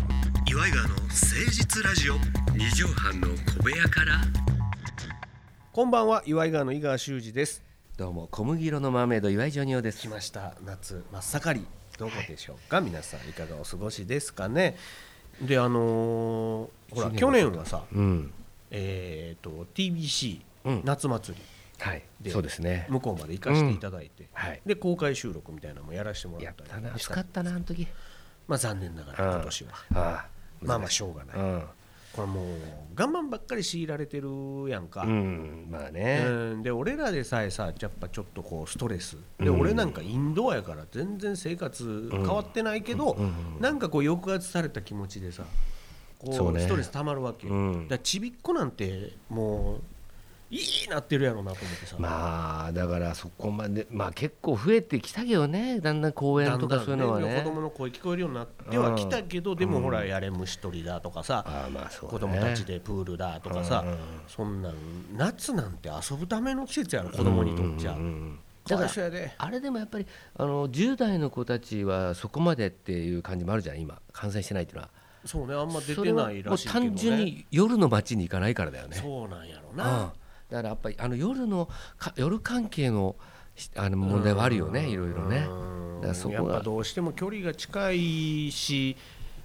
イガーの誠実ラジオ二畳半の小部屋からこんばんは岩井川の井川修司ですどうも小麦色のマーメイド岩井ジョニオです来ました夏真っ盛りどうでしょうか、皆さんいかがお過ごしですかねであのーほら去年はさ、うんえっ、と TBC うん夏祭り、はいでそうですね向こうまで行かせていただいて、はいで公開収録みたいなのもやらせてもらやっったりたなし暑たかったなあの時まあ残念ながら今年は、あまあまあしょうがない、あこれもう我慢ばっかり強いられてるやんか、うんうんまあねうんで俺らでさえさやっぱちょっとこうストレスで、うん俺なんかインドアやから全然生活変わってないけど、うんうんなんかこう抑圧された気持ちでさそこううねストレスたまるわけよ、うんだからちびっこなんてもういいなってるやろうなと思ってさ、まあだからそこまでまあ結構増えてきたけどねだんだん公だ園んとだかんそういうのはねね子供の声聞こえるようになってはきたけど、うんでもほらやれ虫取りだとかさ、ああまあそうだね子供たちでプールだとかさ、うんうんそんなん夏なんて遊ぶための季節やろ子供にとっちゃ、うんうんうんだだかかららそうやであれでもやっぱりあの10代の子たちはそこまでっていう感じもあるじゃん今感染してないっていうのはそうねあんま出そてれはないもらうしいけどね単純に夜の街に行かないからだよねそうなんやろうんだな、からやっぱりあの夜のか夜関係のしあの問題はあるよねいろいろねうんだからそこやっがぱどうしても距離が近いし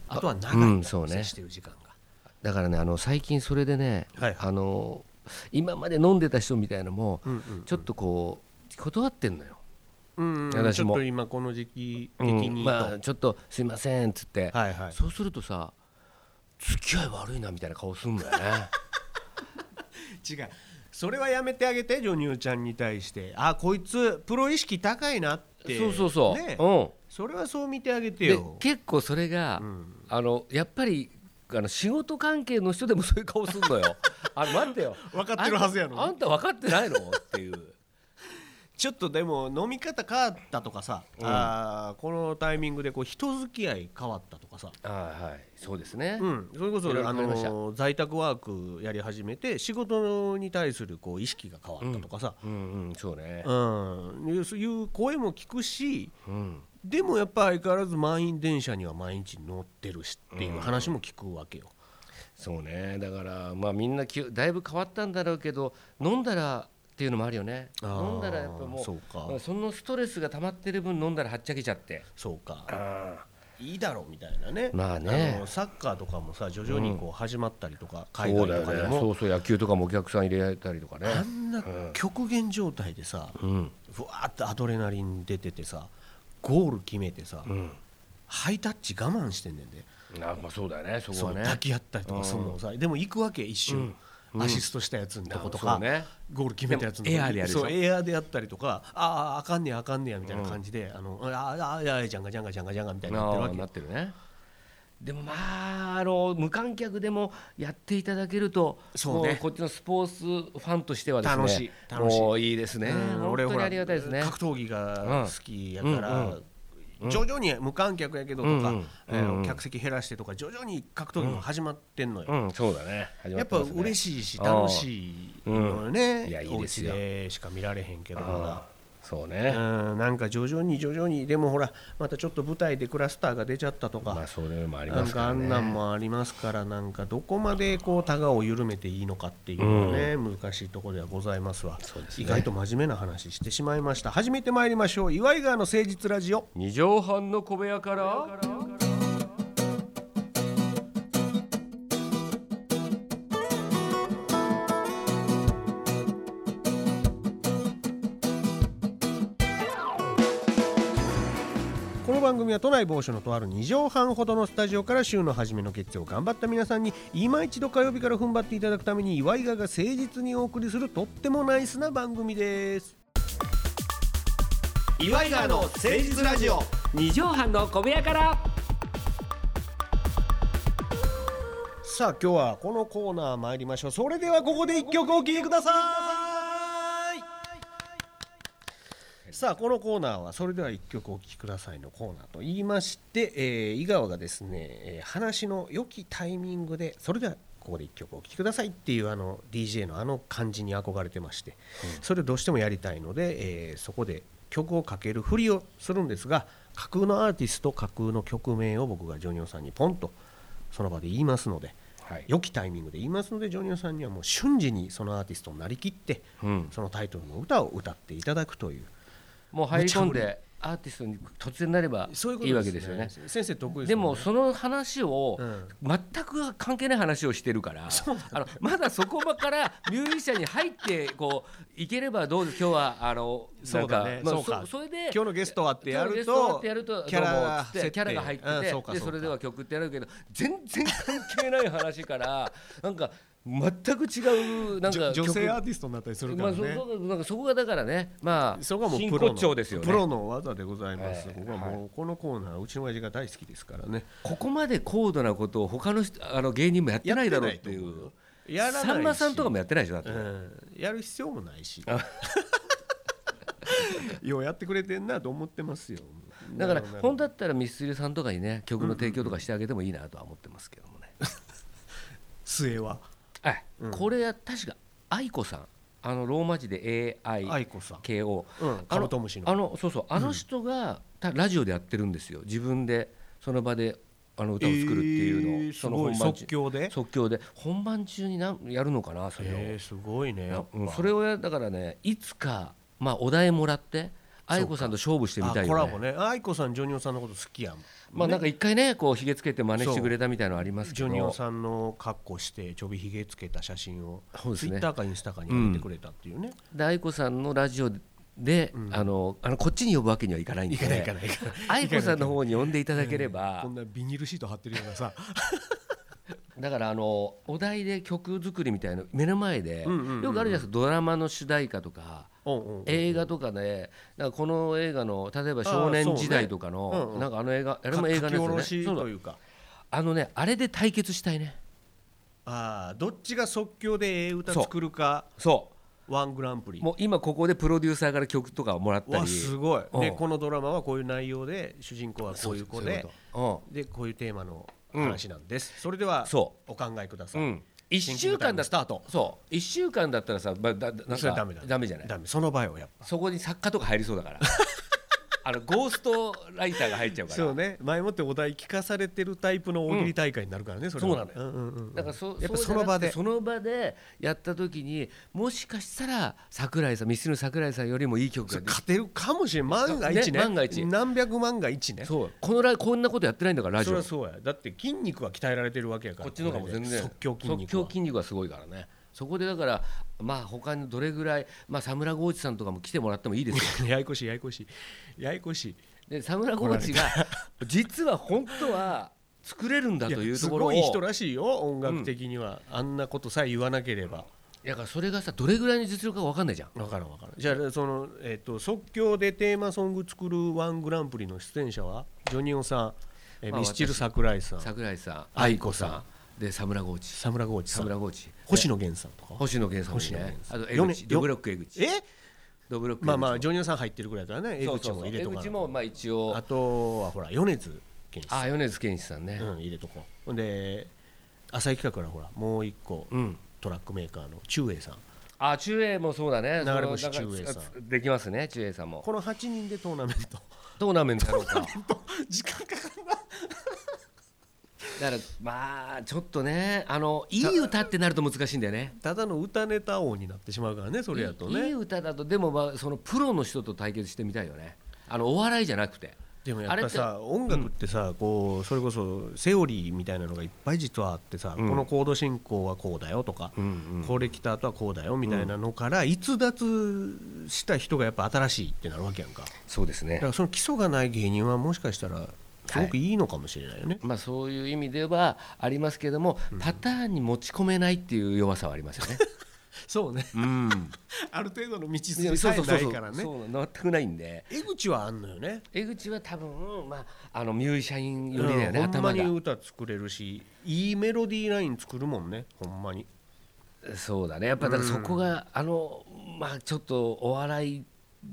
あとは長い、うんそうね接してる時間だからねあの最近それでね、はいあの今まで飲んでた人みたいなのもが、うんうんちょっとこう断ってんのよ、うんうん私ちょもっと今この時期的うんにと、まあちょっとすいませんっつって、はいはいそうするとさ付き合い悪いなみたいな顔すんだよね違うそれはやめてあげてジョニオちゃんに対してあこいつプロ意識高いなってそうそうそう、ねうんそれはそう見てあげてでよ結構それが、んあのやっぱりあの仕事関係の人でもそういう顔すんのよ あの待ってよ分かってるはずやのにあんたあんた分かってないのっていう ちょっとでも飲み方変わったとかさ、うんあーこのタイミングでこう人付き合い変わったとかさあはいそうですね、うん、それこそいろいろあ変わりましたの在宅ワークやり始めて仕事に対するこう意識が変わったとかさ、うんうんそうねうんいうそういう声も聞くしうんでもやっぱ相変わらず満員電車には毎日乗ってるしっていう話も聞くわけよ。そうねだからまあみんなきだいぶ変わったんだろうけど飲んだらっていうのもあるよねあー飲んだらやっぱもうそうかんそのストレスが溜まってる分飲んだらはっちゃけちゃってそうかいいだろうみたいなね,、まあねのサッカーとかもさ徐々にこう始まったりとか、海そう外とだよかでねも、そうそう野球とかもお客さん入れたりとかねあんな極限状態でさ、うんふわーっとアドレナリン出ててさゴール決めてさ、うんハイタッチ我慢してんねんで、あまあそうだよねそこそはうね抱き合ったりとかするのをさ、でも行くわけ一瞬、アシストしたやつのとことか、うんそうねゴール決めたやつのとこでもエアーでやるでしょそうエアーでやったりとかあああかんねやあかんねやみたいな感じで、あのあああああじゃんがじゃんがじゃんがじゃんがみたいになってるわけなってるねでもまああの無観客でもやっていただけるとそうねもこっちのスポーツファンとしてはですね楽しい楽しいもういいですねうん本当にありがたいですね格闘技が好きやから、うんうん徐々に無観客やけどとか、うんうんえーうんうん客席減らしてとか徐々に格闘技も始まってんのよ、うんそうだねやっぱ嬉しいしいしああ楽しいのよね、うんいやいいおです家よでしか見られへんけどまだそううねんなんか徐々に徐々にでもほらまたちょっと舞台でクラスターが出ちゃったとか、まあそれもありなまんすかかあらねんなんもありますからなんかどこまでこうタガを緩めていいのかっていうのはね、難しいところではございますわそうですね意外と真面目な話してしまいました始めてまいりましょう岩井川の誠実ラジオ二畳半の小部屋からこの番組は都内某所のとある2畳半ほどのスタジオから週の初めの月曜頑張った皆さんに今一度火曜日から踏ん張っていただくために岩井川が誠実にお送りするとってもナイスな番組です岩井川の誠実ラジオ二畳半の小部屋からさあ今日はこのコーナー参りましょうそれではここで一曲お聴きくださいさあこのコーナーは「それでは一曲お聴きください」のコーナーと言いまして、えー井川がですね、えー話の良きタイミングで「それではここで一曲お聴きください」っていうあの DJ のあの感じに憧れてまして、それをどうしてもやりたいので、えーそこで曲をかけるふりをするんですが架空のアーティスト架空の曲名を僕がジョニオさんにポンとその場で言いますのではい、良きタイミングで言いますのでジョニオさんにはもう瞬時にそのアーティストになりきってうん、そのタイトルの歌を歌っていただくというもう入り込んでアーティストに突然なればいいわけですよね。先生得意でもその話をうん全く関係ない話をしてるから、あのまだそこばからミュージシャンに入ってこういければどうです今日はあのそうだねなんまあそうかそそれで今日のゲストはってや今日のゲるストだとってやるとキャどうもラっつってキャラが入ってて、うんでそうかそうかそれでは曲ってやるけど全然関係ない話から なんか全く違うなんか女性アー曲ティストになったりするかまらあ、ね、そそなんかそこがだからね、まあ、そこはもう真プロ骨の頂ですよねプロの技でございます、ええ僕はもうこのコーナーうちの親父が大好きですからねここまで高度なことを他の人あの芸人もやってないだろうっていうやらないしさんまさんとかもやってないでしょだってうん、やる必要もないし ようやってくれてんなと思ってますよだからなるほど本だったらミスチルさんとかにね曲の提供とかしてあげてもいいなとは思ってますけどもね、末ははいこれは確か愛子さんあのローマ字で愛子さん AIKO うんカブトムシのあのそうそうあの人が、たラジオでやってるんですよ自分でその場であの歌を作るっていうのを、えーそのすごい本番中即興で即興で本番中になんやるのかなそれを、えー、すごいねやっぱうんそれをやだからねいつか、まあ、お題もらって愛子さんと勝負してみたあいよコねラボね愛子さんジョニオさんのこと好きやんまあなんか一回ねこうひげつけて真似してくれたみたいのありますけジどョニオさんの格好してちょびひげつけた写真をそうですツねイッターかインスタかに上げてくれたっていうね、で愛子さんのラジオで、あのあのこっちに呼ぶわけにはいかないんでいかないいかないいかない 愛子さんの方に呼んでいただければ こんなビニールシート貼ってるようなさだからあのお題で曲作りみたいな目の前で、うんうんうんうんよくあるじゃないですかドラマの主題歌とか。うんうん映画とかで、なんかこの映画の例えば少年時代とかの、あーそうねうんうんなんかあの映画あれも映画書き下ろですしよねそとういうかだあのねあれで対決したいねああどっちが即興でええ歌作るかそワングランプリうもう今ここでプロデューサーから曲とかをもらったりわすごいでうんこのドラマはこういう内容で主人公はこういう子そういうでこでこういうテーマの話なんです、それではそお考えくだとさうい、ん、うん、1週間だスタートそう一週間だったらさ、まあ、だだなんそれかダメだじゃないダメその場合はやっぱそこに作家とか入りそうだから あのゴーストライターが入っちゃうからそうね前もってお題聞かされてるタイプの大喜利大会になるからね、それはそうなのんうんうんだからそやっぱうじゃその場なくてでその場でやった時にもしかしたら桜井さんミスチルの桜井さんよりもいい曲ができ勝てるかもしれん万が一ねね万が一何百万が一ねそうこのラこんなことやってないんだからラジそりオゃそうやだって筋肉は鍛えられてるわけやからこっちの方がもう全然即興筋即肉は興筋肉がすごいからねそこでだからまあ他にどれぐらいまあ佐村浩市さんとかも来てもらってもいいですよ ややこしいややこしいややこしいで佐村浩市が実は本当は作れるんだといいやうすところをごい人らしいよ音楽的には、あんなことさえ言わなければだからそれがさどれぐらいの実力か分かんないじゃん分からん分からんじゃあその、えっと即興でテーマソング作るワングランプリの出演者はジョニオさん、えーまあミスチル桜井さん桜井さん愛子さんで佐村浩市沢村浩二さ佐ん村浩市星野源さんとか星野源さんもいい星野ね源さあんと江よね口ドブロック江口えドブロック江口まあまあジョニオさん入ってるぐらいだからね江そう口そうもそう入れ江とか口なもまあ一応あとはほら米津玄師さんあ米津玄師さんねうん、入れとこうほんで浅井企画からほらもう一個、うんトラックメーカーの中英さんあ中英もそうだね流れ星その中英さんだからできますね中英さんもこの8人でトーナメント トーナメントやろうかだか 時間かからまあちょっとねあのいい歌ってなると難しいんだよねただの歌ネタ王になってしまうからねそれやといいいいね歌だとでもまあそのプロの人と対決してみたいよねあのお笑いじゃなくてでもやっぱあれさ音楽ってさ、こうそれこそセオリーみたいなのがいっぱい実はあってさ、うんこのコード進行はこうだよとか、うんうんこれ来た後はこうだよみたいなのから逸脱した人がやっぱ新しいってなるわけやんかそうですねだからその基礎がない芸人はもしかしたらすごくいいのかもしれないよね、まあ、そういう意味ではありますけども、パターンに持ち込めないっていう弱さはありま すよね。そう ねうん、ある程度の道い筋やそさうえそうそうなそいうからねそう全くないんで江口はあんのよね江口は多分、まあ、あのミュージシャン寄りだよね、うんほんま頭にが歌作れるしいいメロディーライン作るもんねほんまにそうだねやっぱだからそこが、あのまあちょっとお笑い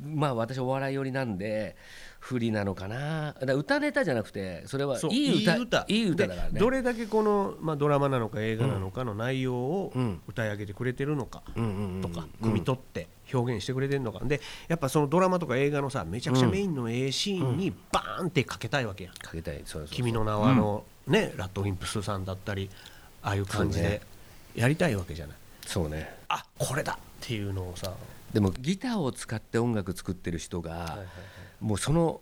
まあ私お笑い寄りなんで不利なのかなだから歌ネタじゃなくてそれはそういい歌いい歌でだからねどれだけこの、まあ、ドラマなのか映画なのかの内容をうん歌い上げてくれてるのかうんうんうんとか、汲み取って表現してくれてるのかでやっぱそのドラマとか映画のさめちゃくちゃメインのええシーンにバーンってかけたいわけやんかけたいそうそうそう君の名はのねラッドウィンプスさんだったりああいう感じそうでねやりたいわけじゃない、そうねあこれだっていうのをさ、でもギターを使って音楽作ってる人が、はいはいはいもうその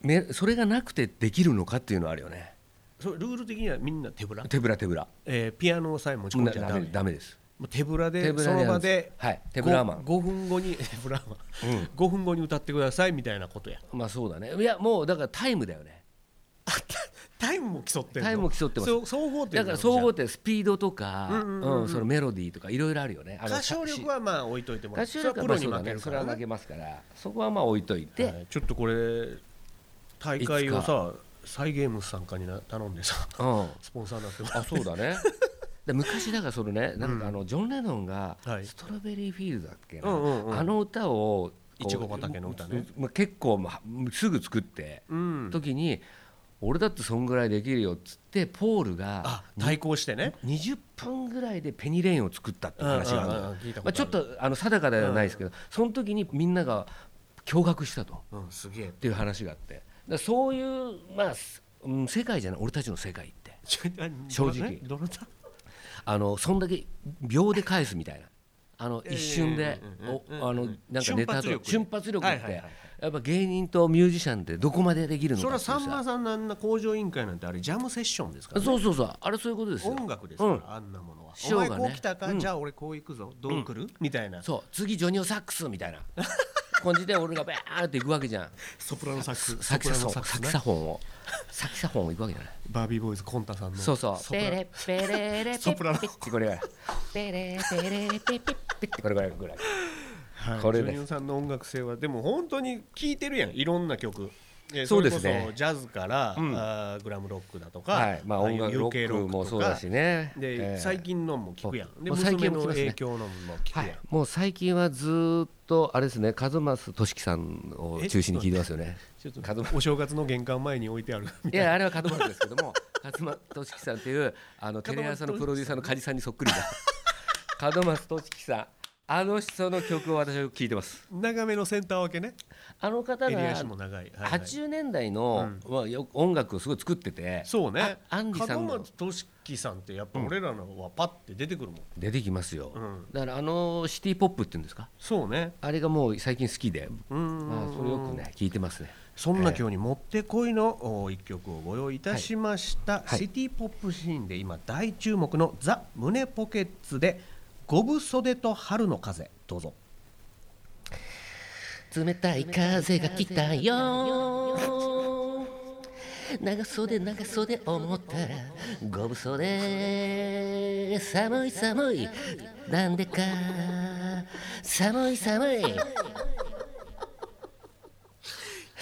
めそれがなくてできるのかっていうのはあるよねそれルール的にはみんな手ぶら、手ぶら手ぶらえーピアノをさえ持ち込んなじゃダダメメダメですもう手ぶらで手ぶらそでのやる場んでですはい手ぶらマン 5, 分後に 手ぶらマン、うん5分後に歌ってくださいみたいなことやまあそうだねいやもうだからタイムだよねタイムも競ってるタイムも競ってますそう総合点だから総合ってスピードとか、うんうんうんうんうんそのメロディーとかいろいろあるよねあの歌唱力はまあ置いといてもら歌って唱それはプ力はロまあにそ負けうだるかねそれらはね負けますからそこはまあ置いといて、はいちょっとこれ大会をさサイ・ゲームスさんかにな頼んでさうんスポンサーになってもらあそうだね で昔だからそのねなんかあのジョン・レノンがは「いストロベリー・フィールズ」だっけな、うんうんうんあの歌をこういちご畑の歌ねうまあ結構ますぐ作って、うん時に俺だってそんぐらいできるよっつってポールがあ対抗してね20分ぐらいでペニレインを作ったっていう話があるのようんうんうん聞いたことあるまあちょっとあの定かではないですけど、その時にみんなが驚愕したとっうんすげえていう話があってだからそういうまあ、すうん、世界じゃない俺たちの世界って正直どのたあのそんだけ秒で返すみたいな。あのええ一瞬でうんうんおうんうんあのなんかネタ瞬発力でと瞬発力っはいはいてはいはいやっぱ芸人とミュージシャンってどこまでできるのそかれはっていさうんまさんのあんな工場委員会なんてあれジャムセッションですからねそうそうそうあれそういうことですよ音楽ですかうんらあんなものは師お匠前がねこう来たかうんじゃあ俺こう行くぞどう来るみたいなそう次ジョニオサックスみたいな感じで俺がバーっていくわけじゃんソプラノサックスサキサフォンソサプラノサックスねキサフォンをサキサフォンをいくわけじゃないバービーボーイズコンタさんのそうそうソプラペノレペレレソプラノペッってこれぐらいペレペレペペッペってこれぐらいぐらいはいこれでジすョニオさんの音楽性はでも本当に聴いてるやんいろんな曲えーそうですねれこそジャズから、うんあーグラムロックだとか、はいまあああい音う楽ロ UK ックもそうだしねロックとかで、ええ最近のも聞くやんでもう最娘近のも聞きますね影響のも聞くやはん、い、もう最近はずーっとあれですね、和正俊樹さんを中心に聞いてますよね。ちょっとカズマお正月の玄関前に置いてある いや、あれは門松ですけども、和正俊樹さんっていう、あのテレ朝のプロデューサーの梶さんにそっくりだ。門松俊樹さん、あの人の曲を私は聞いてます。長めのセンター分けねあの方襟が足も長い、はいはい80年代の、まあ、よ音楽をすごい作ってて。そうねあアンディさん門の松俊樹さんってやっぱ俺らのはパッて出てくるもん、出てきますよ、うんだからあのシティポップっていうんですかそうねあれがもう最近好きで、うーんまあ、それよくね聞いてますねそんな今日にもってこいのお一曲をご用意いたしました、はいシティポップシーンで今大注目のザ・ムネポケッツで「五分袖と春の風」どうぞ冷たい風が来たよ長袖長袖思ったら五分袖寒い寒いなんでか寒い寒 い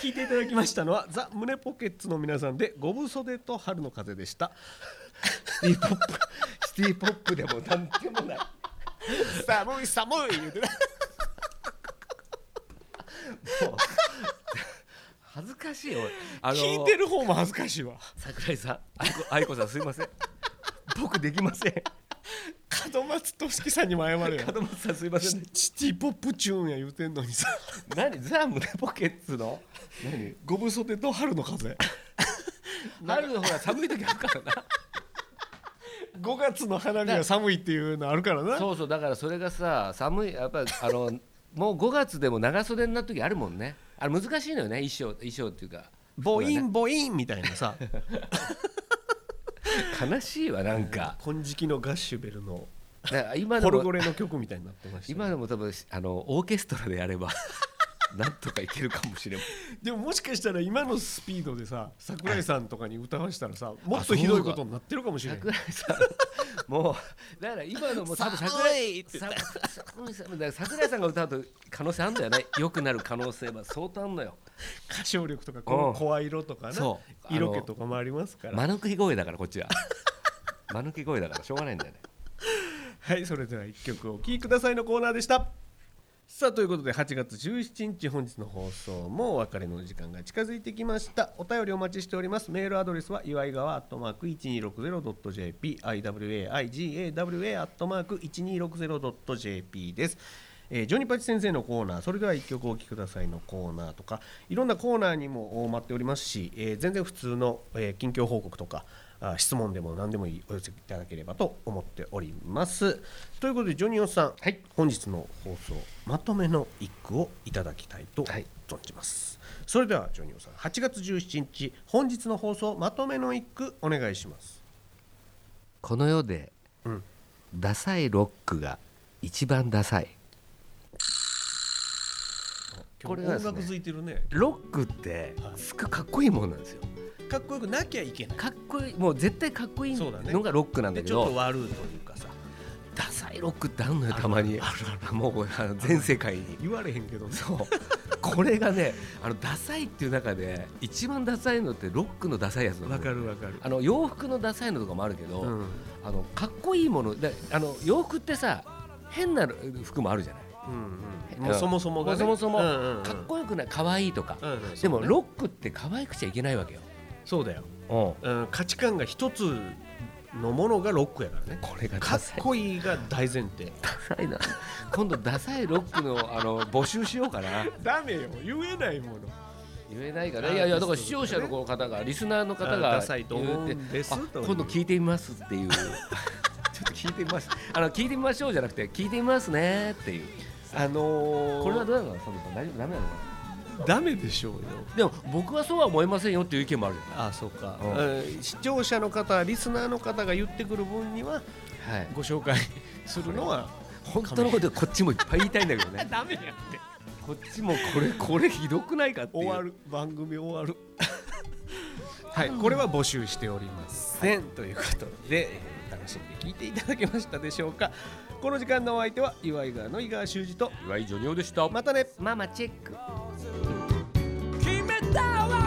聞いていただきましたのは ザ・ムネポケッツの皆さんで「五分袖と春の風」でしたシティポップ、シティポップでもなんでもない。 寒い寒い言うてな恥ずかしいよ。あ聞いてる方も恥ずかしいわ桜井さん、愛子愛子さんすいません。 僕できません。門松俊樹さんにも謝るよ門松さんすいません。シティポップチューンや言うてんのにさ 何ザムネポケッツの何「五分袖と春の風」春ほら寒い時あるからな。 5月の花火が寒いっていうのあるからな そうそうだからそれがさ寒いやっぱあのもう5月でも長袖になる時あるもんね。あれ難しいのよね衣装衣装っていうか。ボインボインみたいなさ悲しいわなん か。金色のガッシュベルのだから今でポルもゴレの曲みたいになってました今ね、でも多分あのオーケストラでやれば なんとかいけるかもしれない。でももしかしたら今のスピードでさ桜井さんとかに歌わしたらさもっとひどいことになってるかもしれない桜井さんもうだから今のも多分桜井さん桜井さんだから桜井さんが歌うと可能性あるんだよね良くなる可能性は相当あんのよ歌唱力とかこの声色とかねそう色気とかもありますから、間抜け声だからこっちは 間抜け声だからしょうがないんだよねはいそれでは一曲お聴きくださいのコーナーでしたさあということで8月17日本日の放送もお別れの時間が近づいてきましたお便りお待ちしておりますメールアドレスは祝いがわ 1260.jp iwaigawa 1260.jp ですえージョニパチ先生のコーナーそれでは一曲お聴きくださいのコーナーとかいろんなコーナーにもお待っておりますし、えー全然普通の、えー近況報告とかあ質問でも何でもいいお寄せいただければと思っておりますということでジョニオさん、はい本日の放送まとめの一句をいただきたいとはい存じます、それではジョニオさん8月17日本日の放送まとめの一句お願いしますこの世で、うんダサいロックが一番ダサいこれはですね音楽づいてるねロックってはいすっごいかっこいいもんなんですよかっこよくなきゃいけないかっこいいもう絶対かっこいいそうだねのがロックなんだでけちょっどと悪いというかさダサいロックってあんのよたまにもうあの全世界に言われへんけどねそうこれがねあのダサいっていう中で一番ダサいのってロックのダサいやつだと思わうかるわかるあの洋服のダサいのとかもあるけど、うんあのかっこいいものだあの洋服ってさ変な服もあるじゃないうんうんんもうそもそもがねそもそもうんうんうんかっこよくない可愛いとか、うんうんでもそうねロックって可愛くちゃいけないわけよ、そうだよこうん価値観が一つのものがロックやからねれがかダっサいこいいが大前提ダサいな 今度ダサいロックのあの募集しようかなダメよ言えないもの言えないかあらーいやいやだかそうらいうことね視聴者の方がリスナーの方あーがダサいと思うん言ですあという今度聞いてみますって いうちょっと聞いてみますあの聞いてみましょうじゃなくて聞いてみますねっていうあのーこれはどうなのサムさん大丈夫ダメなのかなダメでしょうよでも僕はそうは思いませんよっていう意見もあるよあそうかうんうん視聴者の方リスナーの方が言ってくる分にははいご紹介するのは本当のことこっちもいっぱい言いたいんだけどねダメやって こっちもこれこれひどくないかっていう終わる番組終わる はいこれは募集しておりません、ということでえー楽しんで聞いていただけましたでしょうかこの時間のお相手は岩井川の井川修司と岩井ジョニオでしたまたねママチェック決めたわ